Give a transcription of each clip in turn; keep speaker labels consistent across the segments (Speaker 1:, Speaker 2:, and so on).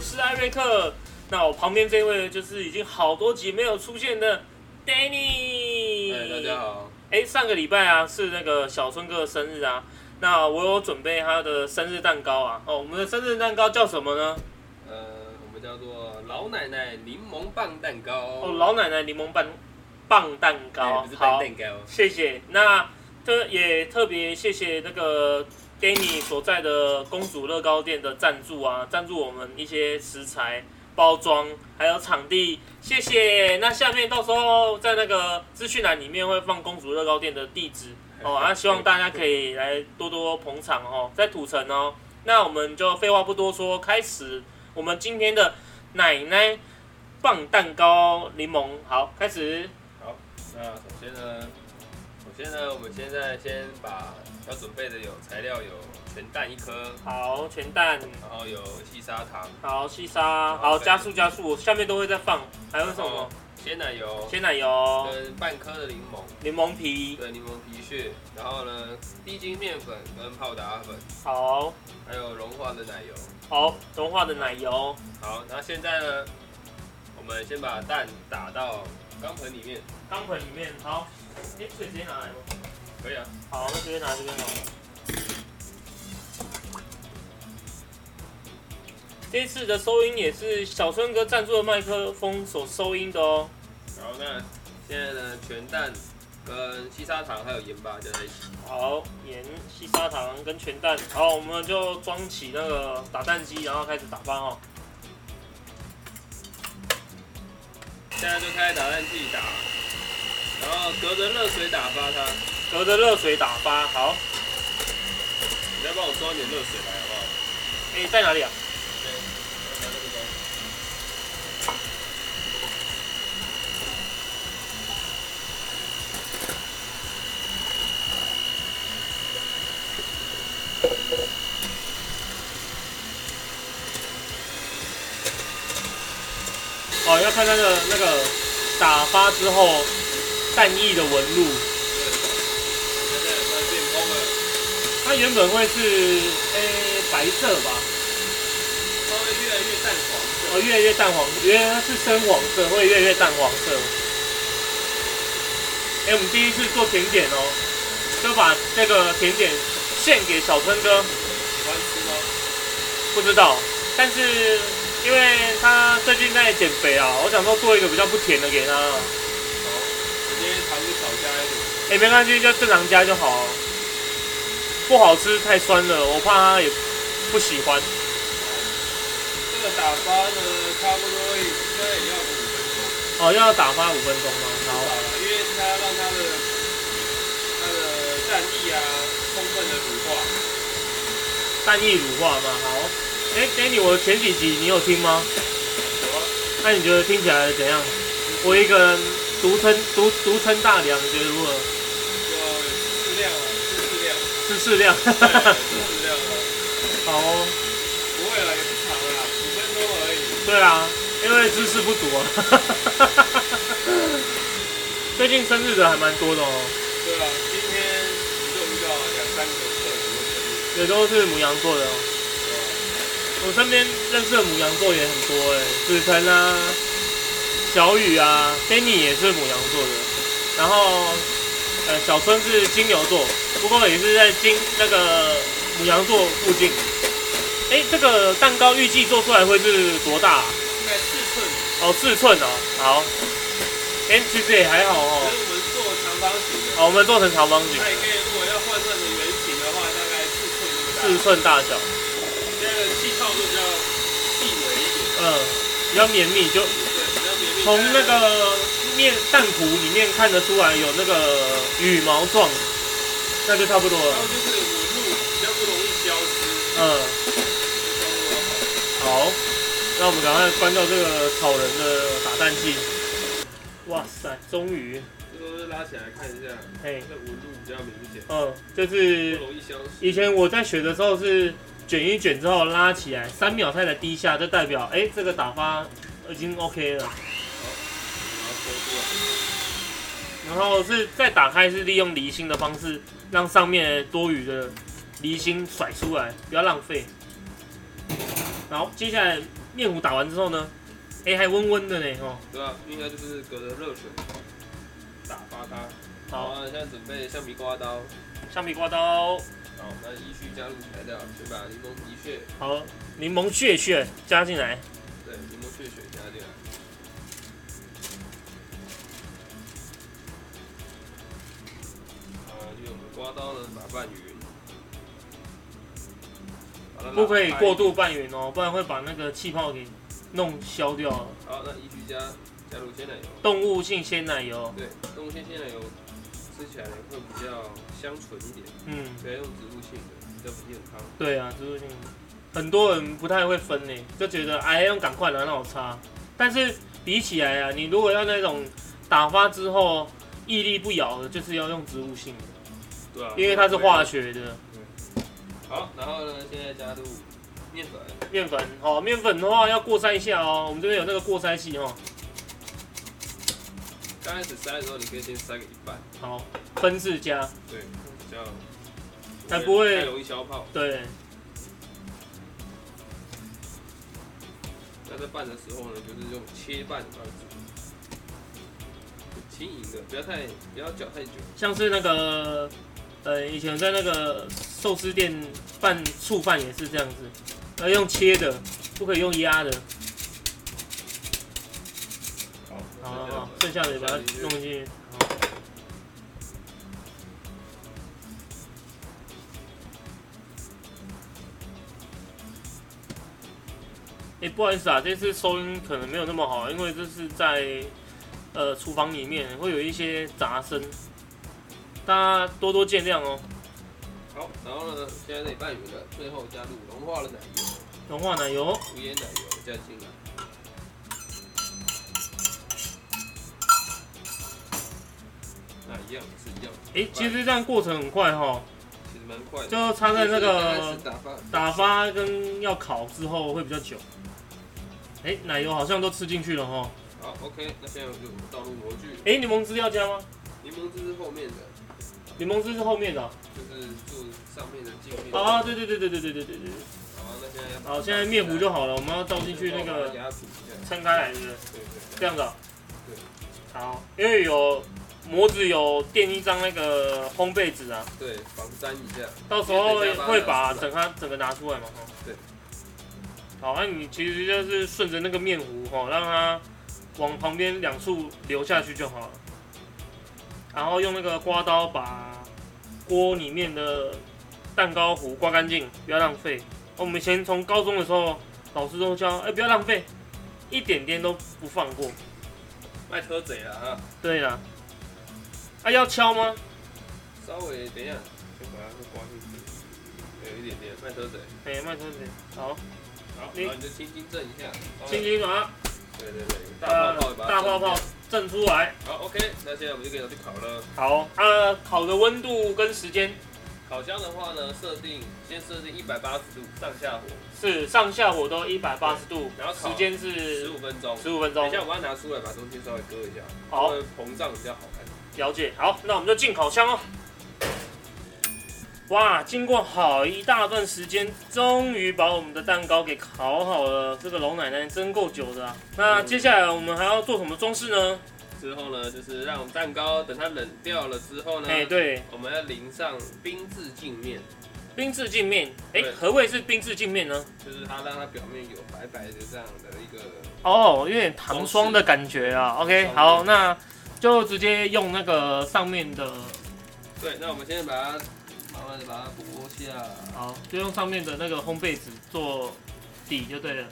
Speaker 1: 是艾瑞克。那我旁边这位就是已经好多集没有出现的 Danny。
Speaker 2: 嗨，大家。好。
Speaker 1: 哎，上个礼拜啊是那个小春哥的生日啊，那我有准备他的生日蛋糕啊。哦，我们的生日蛋糕叫什么呢？
Speaker 2: 呃，我们叫做老奶奶柠檬棒蛋糕。
Speaker 1: 哦，老奶奶柠檬棒棒蛋糕
Speaker 2: 哎不。是
Speaker 1: 好
Speaker 2: 棒，蛋糕。
Speaker 1: 谢谢。那特也特别谢谢那个 Danny 所在的公主乐高店的赞助啊，赞助我们一些食材、包装还有场地，谢谢。那下面到时候在那个资讯栏里面会放公主乐高店的地址哦，那、希望大家可以来多多捧场哦，在土城哦。那我们就废话不多说，开始我们今天的奶奶棒蛋糕柠檬，好，开始。
Speaker 2: 好，那首先呢，首先呢，我们现在先把要准备的有材料有全蛋一颗，
Speaker 1: 好，全蛋。
Speaker 2: 然后有细砂糖，
Speaker 1: 好，细沙，好加速加速，我下面都会再放，还有什
Speaker 2: 然后
Speaker 1: 么？
Speaker 2: 鲜奶油
Speaker 1: 鲜奶油、
Speaker 2: 跟半颗的柠檬，
Speaker 1: 柠檬皮，
Speaker 2: 对，柠檬皮屑，然后呢，低筋面粉跟泡打粉，
Speaker 1: 好
Speaker 2: 还有融化的奶油。
Speaker 1: 好融化的奶油，
Speaker 2: 好，那现在呢，我们先把蛋打到钢盆里面，
Speaker 1: 钢盆里面，好，哎，水直接拿来吗？
Speaker 2: 可以啊。
Speaker 1: 好，那直接拿这边好哦了。这次的收音也是小春哥赞助的麦克风所收音的哦。
Speaker 2: 然后那现在呢，全蛋跟细砂糖还有盐巴加在一起。
Speaker 1: 好，盐、细砂糖跟全蛋，好，我们就装起那个打蛋机，然后开始打发哦。
Speaker 2: 现在就开始打蛋器打，然后隔着热水打发它。
Speaker 1: 隔着热水打发，好，
Speaker 2: 你再帮我装一点热水来好不好？
Speaker 1: 哎，在哪里啊？
Speaker 2: 对，拿那个装。
Speaker 1: 哦，要看那个那个打发之后蛋液的纹路，
Speaker 2: 对，现在突然变空了。
Speaker 1: 它原本会是诶、白色吧，
Speaker 2: 稍微越来越淡黄色。
Speaker 1: 哦越来越淡黄，原来它是深黄色，会越来越淡黄色。哎、我们第一次做甜点哦，就把这个甜点献给小春哥，
Speaker 2: 喜欢吃吗？
Speaker 1: 不知道，但是因为他最近在减肥啊，我想说做一个比较不甜的给他，
Speaker 2: 好，直接糖就少加一点。
Speaker 1: 哎、没关系，就正常加就好哦。不好吃太酸了，我怕他也不喜欢。
Speaker 2: 这个打发呢，差不多应该也要个五分钟
Speaker 1: 哦，要打发五分钟吗？
Speaker 2: 至少了，因为它让它的它的蛋液啊充分的乳化。
Speaker 1: 蛋液乳化吗？好。哎、d a n n y 我前几集你有听吗？
Speaker 2: 有啊，
Speaker 1: 那、你觉得听起来怎样？我一个人独撑独独撑大梁，你觉得如何？
Speaker 2: 就适量啊，是适量，
Speaker 1: 是适量。
Speaker 2: 对，是适量啊，
Speaker 1: 好哦。
Speaker 2: 不会啦，也不长啦，五分钟而已。
Speaker 1: 对啊，因为知识不足啊。 最近生日的还蛮多的哦，
Speaker 2: 对啊，今天你就遇到两三个客人的生日，
Speaker 1: 也都是母羊座的哦。
Speaker 2: 对吧？
Speaker 1: 我身边认识的母羊座也很多哎、子晨啊、小雨啊、Danny 也是母羊座的，然后呃小春是金牛座，不过也是在金那个母羊座附近。哎、这个蛋糕预计做出来会是多大、啊？
Speaker 2: 大概四寸，
Speaker 1: 哦，四寸哦，好。哎、其实也还好
Speaker 2: 可
Speaker 1: 哦。
Speaker 2: 是我们做长方形的。
Speaker 1: 好，我们做成长方形
Speaker 2: 那，也可以，如果要换算成圆形的话，大概四寸那么
Speaker 1: 四
Speaker 2: 大。
Speaker 1: 寸大小，
Speaker 2: 这样的气泡就比较细微一点，
Speaker 1: 嗯，比较绵密，就
Speaker 2: 对，比较绵密。
Speaker 1: 从那个面蛋糊里面看得出来有那个羽毛状，那就差不多
Speaker 2: 然后
Speaker 1: 了。
Speaker 2: 就是纹路比较不容易消失，
Speaker 1: 嗯，
Speaker 2: 就稍微好
Speaker 1: 好，那我们赶快关掉这个草人的打蛋器。哇塞，终于，
Speaker 2: 这都是拉起来看一下，
Speaker 1: 嘿
Speaker 2: 这，个纹路比较明显，
Speaker 1: 嗯，就
Speaker 2: 不
Speaker 1: 是
Speaker 2: 容易消失。
Speaker 1: 以前我在学的时候是卷一卷之后拉起来，三秒它才滴下，就代表哎、这个打发已经 OK 了。
Speaker 2: 然后收住啊，
Speaker 1: 然后是再打开是利用离心的方式，让上面多余的离心甩出来，不要浪费。然后接下来面糊打完之后呢，哎、还温温的呢哦。
Speaker 2: 对啊，应该就是隔着热水打发它。好
Speaker 1: 好，
Speaker 2: 啊，现在准备橡皮刮刀，
Speaker 1: 橡皮刮刀，
Speaker 2: 好，那依序加入材料，先把柠檬皮屑，
Speaker 1: 好，柠檬屑屑加进来，
Speaker 2: 对，柠檬屑屑加进来。啊，就用刮刀呢，把它拌匀，把它拉
Speaker 1: 不可以
Speaker 2: 开
Speaker 1: 过度拌匀哦，不然会把那个气泡给弄消掉了。
Speaker 2: 好，那依序加加入鲜奶油。
Speaker 1: 动物性鲜奶油，
Speaker 2: 对，动物性鲜奶油吃起来会比较香醇一点，
Speaker 1: 嗯，
Speaker 2: 不要用植物性的，比较不健康。
Speaker 1: 对啊，植物性，很多人不太会分呢，就觉得哎，用赶快拿那我擦。但是比起来啊，你如果要那种打发之后屹立不摇的，就是要用植物性的，
Speaker 2: 对啊
Speaker 1: 因为它是化。学的
Speaker 2: 好，然后呢，现在加入面粉，
Speaker 1: 面粉。哦，面粉的话要过筛一下哦，我们这边有那个过筛器哦。
Speaker 2: 刚开始塞的时候，你可以先塞个一半，
Speaker 1: 好，分式加，
Speaker 2: 对，比较
Speaker 1: 才不会
Speaker 2: 太容易消泡。
Speaker 1: 对，
Speaker 2: 那在拌的时候呢，就是用切拌方式，轻盈的，不要太不要搅太久。
Speaker 1: 像是那个呃，以前在那个寿司店拌醋饭也是这样子，要用切的，不可以用压的。
Speaker 2: 好，
Speaker 1: 好，好，啊剩下的也把它弄进去。好，哎、不好意思啊，这次收音可能没有那么好，因为这是在呃厨房里面会有一些杂声，大家多多见谅哦。
Speaker 2: 好，然后呢，现在这里拌匀了，最后加入融化的奶油。
Speaker 1: 融化奶油，
Speaker 2: 无盐奶油加进来。那一样是一样，
Speaker 1: 哎、其实这样过程很快哈，
Speaker 2: 其实蛮快的。
Speaker 1: 就差在那
Speaker 2: 就是刚开
Speaker 1: 个
Speaker 2: 始打发
Speaker 1: 打发跟要烤之后会比较久。哎、奶油好像都吃进去了哈。
Speaker 2: 好，OK，那现在我就倒入模具，
Speaker 1: 哎、柠檬汁要加吗？
Speaker 2: 柠檬汁是后面的，
Speaker 1: 柠檬汁是后面的啊、
Speaker 2: 就是做上面的镜面。
Speaker 1: 啊，对对对对对对对对对。
Speaker 2: 好，啊那现在要把它
Speaker 1: 好，现在面糊就好了，我们要倒进去那
Speaker 2: 然后把
Speaker 1: 个
Speaker 2: 它压平一下，
Speaker 1: 撑开来，是不是？
Speaker 2: 对对
Speaker 1: 这
Speaker 2: 对。
Speaker 1: 样子、啊。
Speaker 2: 对。
Speaker 1: 好，因为有模子有垫一张那个烘焙纸啊，
Speaker 2: 对，防粘一下。
Speaker 1: 到时候会会把
Speaker 2: 等
Speaker 1: 整它整个拿出来嘛。哦
Speaker 2: 对。
Speaker 1: 好，那你其实就是顺着那个面糊哦，让它往旁边两处流下去就好了。然后用那个刮刀把锅里面的蛋糕糊刮干净，不要浪费。我们以前从高中的时候，老师都教，哎、不要浪费，一点点都不放过。
Speaker 2: 卖车贼了啊！
Speaker 1: 对啦，啊，要敲吗？
Speaker 2: 稍微等一下，先把它刮进去，有一点点卖车贼。
Speaker 1: 哎、慢慢点，好，
Speaker 2: 好，
Speaker 1: 你
Speaker 2: 然后你就轻轻震一下，稍
Speaker 1: 轻
Speaker 2: 微
Speaker 1: 轻啊，
Speaker 2: 对对对，大
Speaker 1: 呃
Speaker 2: 泡泡也把它
Speaker 1: 大泡泡震
Speaker 2: 震
Speaker 1: 出来。
Speaker 2: 掉。好，OK，那现在我们就可以拿去烤了。
Speaker 1: 好，啊，烤的温度跟时间
Speaker 2: 烤箱的话呢，设定先设定一百八十度上下火，
Speaker 1: 是上下火都一百八十度，
Speaker 2: 然后烤
Speaker 1: 时间
Speaker 2: 十
Speaker 1: 是
Speaker 2: 五分钟。
Speaker 1: 十五分
Speaker 2: 等
Speaker 1: 钟
Speaker 2: 一。下我把它拿出来，把东西稍微割一下，
Speaker 1: 好
Speaker 2: 它会膨胀比较好看。
Speaker 1: 了解，好，那我们就进烤箱哦。哇，经过好一大段时间，终于把我们的蛋糕给烤好了。这个老奶奶真够久的啊！
Speaker 2: 嗯
Speaker 1: 那接下来我们还要做什么装饰呢？
Speaker 2: 之后呢，就是让我们蛋糕等它冷掉了之后呢，
Speaker 1: 哎、对，
Speaker 2: 我们要淋上冰制镜面，
Speaker 1: 冰制镜面。哎、
Speaker 2: 对
Speaker 1: 何谓是冰制镜面呢？
Speaker 2: 就是它让它表面有白白的这样的一个
Speaker 1: 哦，有点糖霜的感觉啊。OK，好，那就直接用那个上面的，
Speaker 2: 对，那我们先把它慢慢的把它剥下，
Speaker 1: 好，就用上面的那个烘焙纸做底就对了。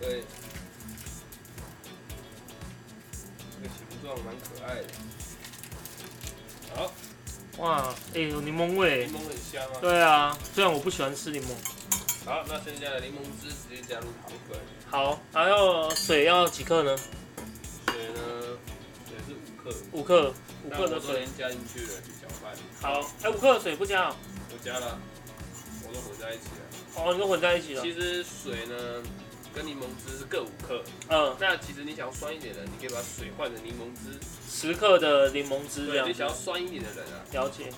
Speaker 2: 对，这个形状蛮可爱的。好，
Speaker 1: 哇，哎、有柠檬味
Speaker 2: 柠。檬很香啊。
Speaker 1: 对啊，虽然我不喜欢吃柠檬。
Speaker 2: 好，那剩下的柠檬汁直接加入糖粉，
Speaker 1: 好，还要水要几克呢？
Speaker 2: 水呢，水是五克，
Speaker 1: 五克，五
Speaker 2: 那
Speaker 1: 克的
Speaker 2: 我都已
Speaker 1: 水。
Speaker 2: 经加进去了，去搅拌。
Speaker 1: 好，哎、五克的水不加哦，
Speaker 2: 我加了，我都混在一起了。
Speaker 1: 哦，你都混在一起了。
Speaker 2: 其实水呢跟柠檬汁是各五克，
Speaker 1: 嗯，
Speaker 2: 那其实你想要酸一点的，你可以把水换成柠檬汁；
Speaker 1: 十克的柠檬汁这
Speaker 2: 对，你
Speaker 1: 样
Speaker 2: 想要
Speaker 1: 子。
Speaker 2: 酸一点的人啊，
Speaker 1: 了解。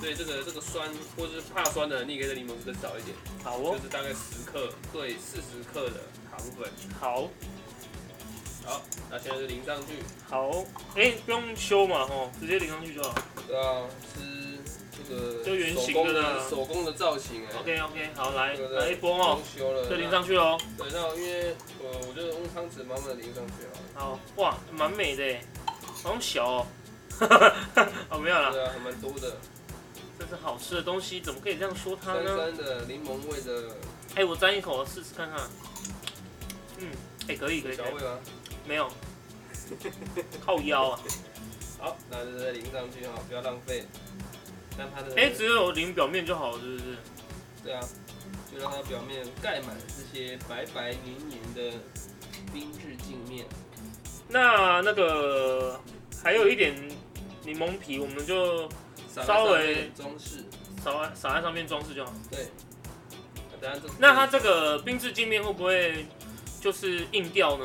Speaker 2: 所以这个这个酸或者是怕酸的，你也可以在柠檬汁更少一点，
Speaker 1: 好
Speaker 2: 就
Speaker 1: 哦，
Speaker 2: 是大概十克对四十克的糖粉。
Speaker 1: 好，
Speaker 2: 好，那现在就淋上去。
Speaker 1: 好，哎、不用修嘛吼，直接淋上去就好。
Speaker 2: 对啊，是这个
Speaker 1: 就圆形
Speaker 2: 手工
Speaker 1: 的啦
Speaker 2: 手工的造型哎、
Speaker 1: OK OK，好，来
Speaker 2: 对不
Speaker 1: 来
Speaker 2: 对
Speaker 1: 一波
Speaker 2: 装
Speaker 1: 哦，
Speaker 2: 修了，
Speaker 1: 这淋上去哦。
Speaker 2: 对，那因为呃，我就用汤匙慢慢的淋上去啊。
Speaker 1: 好，哇，蛮美的耶，好像小哦。 哦，没有啦，
Speaker 2: 对啊，还蛮多的，
Speaker 1: 这是好吃的东西，怎么可以这样说它
Speaker 2: 酸
Speaker 1: 呢？
Speaker 2: 酸的柠檬味的
Speaker 1: 哎、我沾一口试试看看。嗯，哎、可以可以，可
Speaker 2: 小
Speaker 1: 以
Speaker 2: 味吗？
Speaker 1: 没 有，靠腰啊。
Speaker 2: 好，那就再淋上去哈，不要浪费。让它的
Speaker 1: 哎、只有淋表面就好了，是不是？
Speaker 2: 对啊，就让它表面盖满这些白白黏黏的冰质镜面。
Speaker 1: 那那个还有一点柠檬皮，我们就
Speaker 2: 撒
Speaker 1: 稍
Speaker 2: 在上
Speaker 1: 微
Speaker 2: 面装饰，
Speaker 1: 撒在撒在上面装饰就好。
Speaker 2: 对。当然这
Speaker 1: 那它这个冰制镜面会不会就是硬掉呢？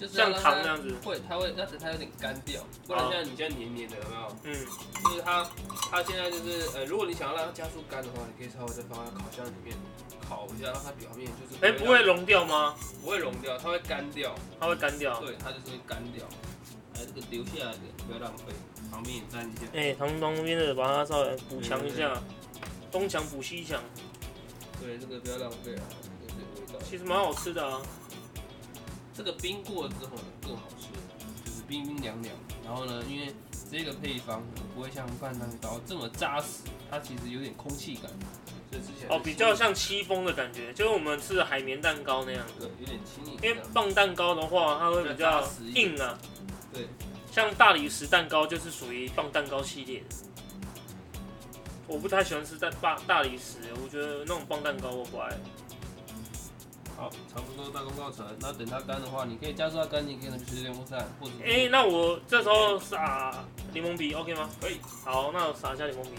Speaker 2: 就是要
Speaker 1: 像
Speaker 2: 让
Speaker 1: 糖
Speaker 2: 它
Speaker 1: 那样哦子？
Speaker 2: 会，它会，但是它有点干掉，不然现在你现在黏黏的，有没有？
Speaker 1: 嗯，
Speaker 2: 就是它，它现在就是，呃，如果你想要让它加速干的话，你可以稍微再放在烤箱里面烤一下，让它表面就是
Speaker 1: 哎、不会
Speaker 2: 让
Speaker 1: 溶掉吗？
Speaker 2: 不会溶掉，它会干掉，
Speaker 1: 它会干掉。
Speaker 2: 对，它就是会干掉。哎，这个留下来的不要浪费，旁边也沾一下。
Speaker 1: 哎、唐东边的把它稍微补强一
Speaker 2: 嗯
Speaker 1: 下，东墙补西墙，
Speaker 2: 对，这个不要浪费啊，这个有味道。
Speaker 1: 其实蛮好吃的啊。
Speaker 2: 这个冰过之后呢，更好吃，就是冰冰凉凉。然后呢，因为这个配方呢不会像拌蛋糕这么扎实，它其实有点空气感，所以吃起来
Speaker 1: 哦，比较像戚风的感觉，就是我们吃的海绵蛋糕那样。
Speaker 2: 对，啊有点轻盈这
Speaker 1: 因为
Speaker 2: 样。
Speaker 1: 棒蛋糕的话，它会比较
Speaker 2: 比较扎实一点
Speaker 1: 硬啊，
Speaker 2: 对，
Speaker 1: 像大理石蛋糕就是属于棒蛋糕系列的。我不太喜欢吃大大大理石，我觉得那种棒蛋糕我不爱。
Speaker 2: 好，差不多大功告成。那等它干的话，你可以加速它干，你可以拿去吃电风扇，或者
Speaker 1: 哎、那我这时候撒柠檬皮 OK 吗？
Speaker 2: 可以。
Speaker 1: 好，那我撒一下柠檬皮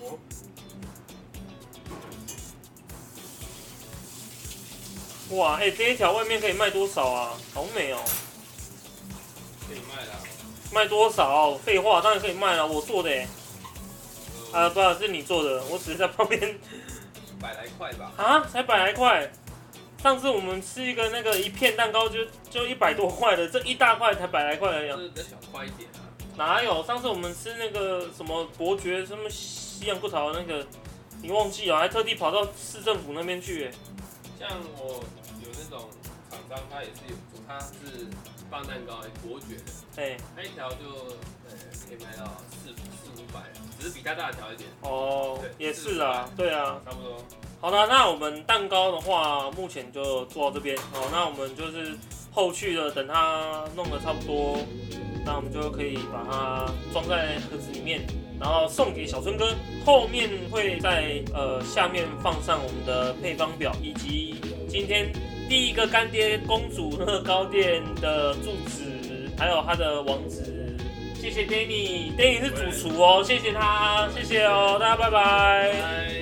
Speaker 1: 哦。
Speaker 2: 哦
Speaker 1: 哇，哎、这一条外面可以卖多少啊？好美哦、
Speaker 2: 可以
Speaker 1: 哎
Speaker 2: 卖啦。
Speaker 1: 卖多少？废话，当然可以卖了，我做的、欸。啊，
Speaker 2: 呃，
Speaker 1: 不是你做的，我只是在旁边
Speaker 2: 百来块吧。
Speaker 1: 啊，才百来块。上次我们吃一个那个一片蛋糕就就一百多块的，这一大块才百来块而已
Speaker 2: 这
Speaker 1: 啊，
Speaker 2: 个比较小块一点啊。
Speaker 1: 哪有？上次我们吃那个什么伯爵什么西洋葡萄那个，你忘记了？啊还特地跑到市政府那边去、欸，
Speaker 2: 像我有那种厂商，他也是有做，他是棒蛋糕，伯爵的。
Speaker 1: 哎、
Speaker 2: 那一条就呃可以卖到四四五百，啊只是比它大条一点，
Speaker 1: 哦，也是啊，对啊，
Speaker 2: 差不多。
Speaker 1: 好的，那我们蛋糕的话，目前就做到这边哦。那我们就是后续的，等它弄得差不多，那我们就可以把它装在盒子里面，然后送给小春哥。后面会在呃下面放上我们的配方表，以及今天第一个干爹公主乐高店的住址，还有它的网址。谢谢 Danny，Danny 是主厨哦，谢谢他，谢谢哦，大家拜拜
Speaker 2: 拜。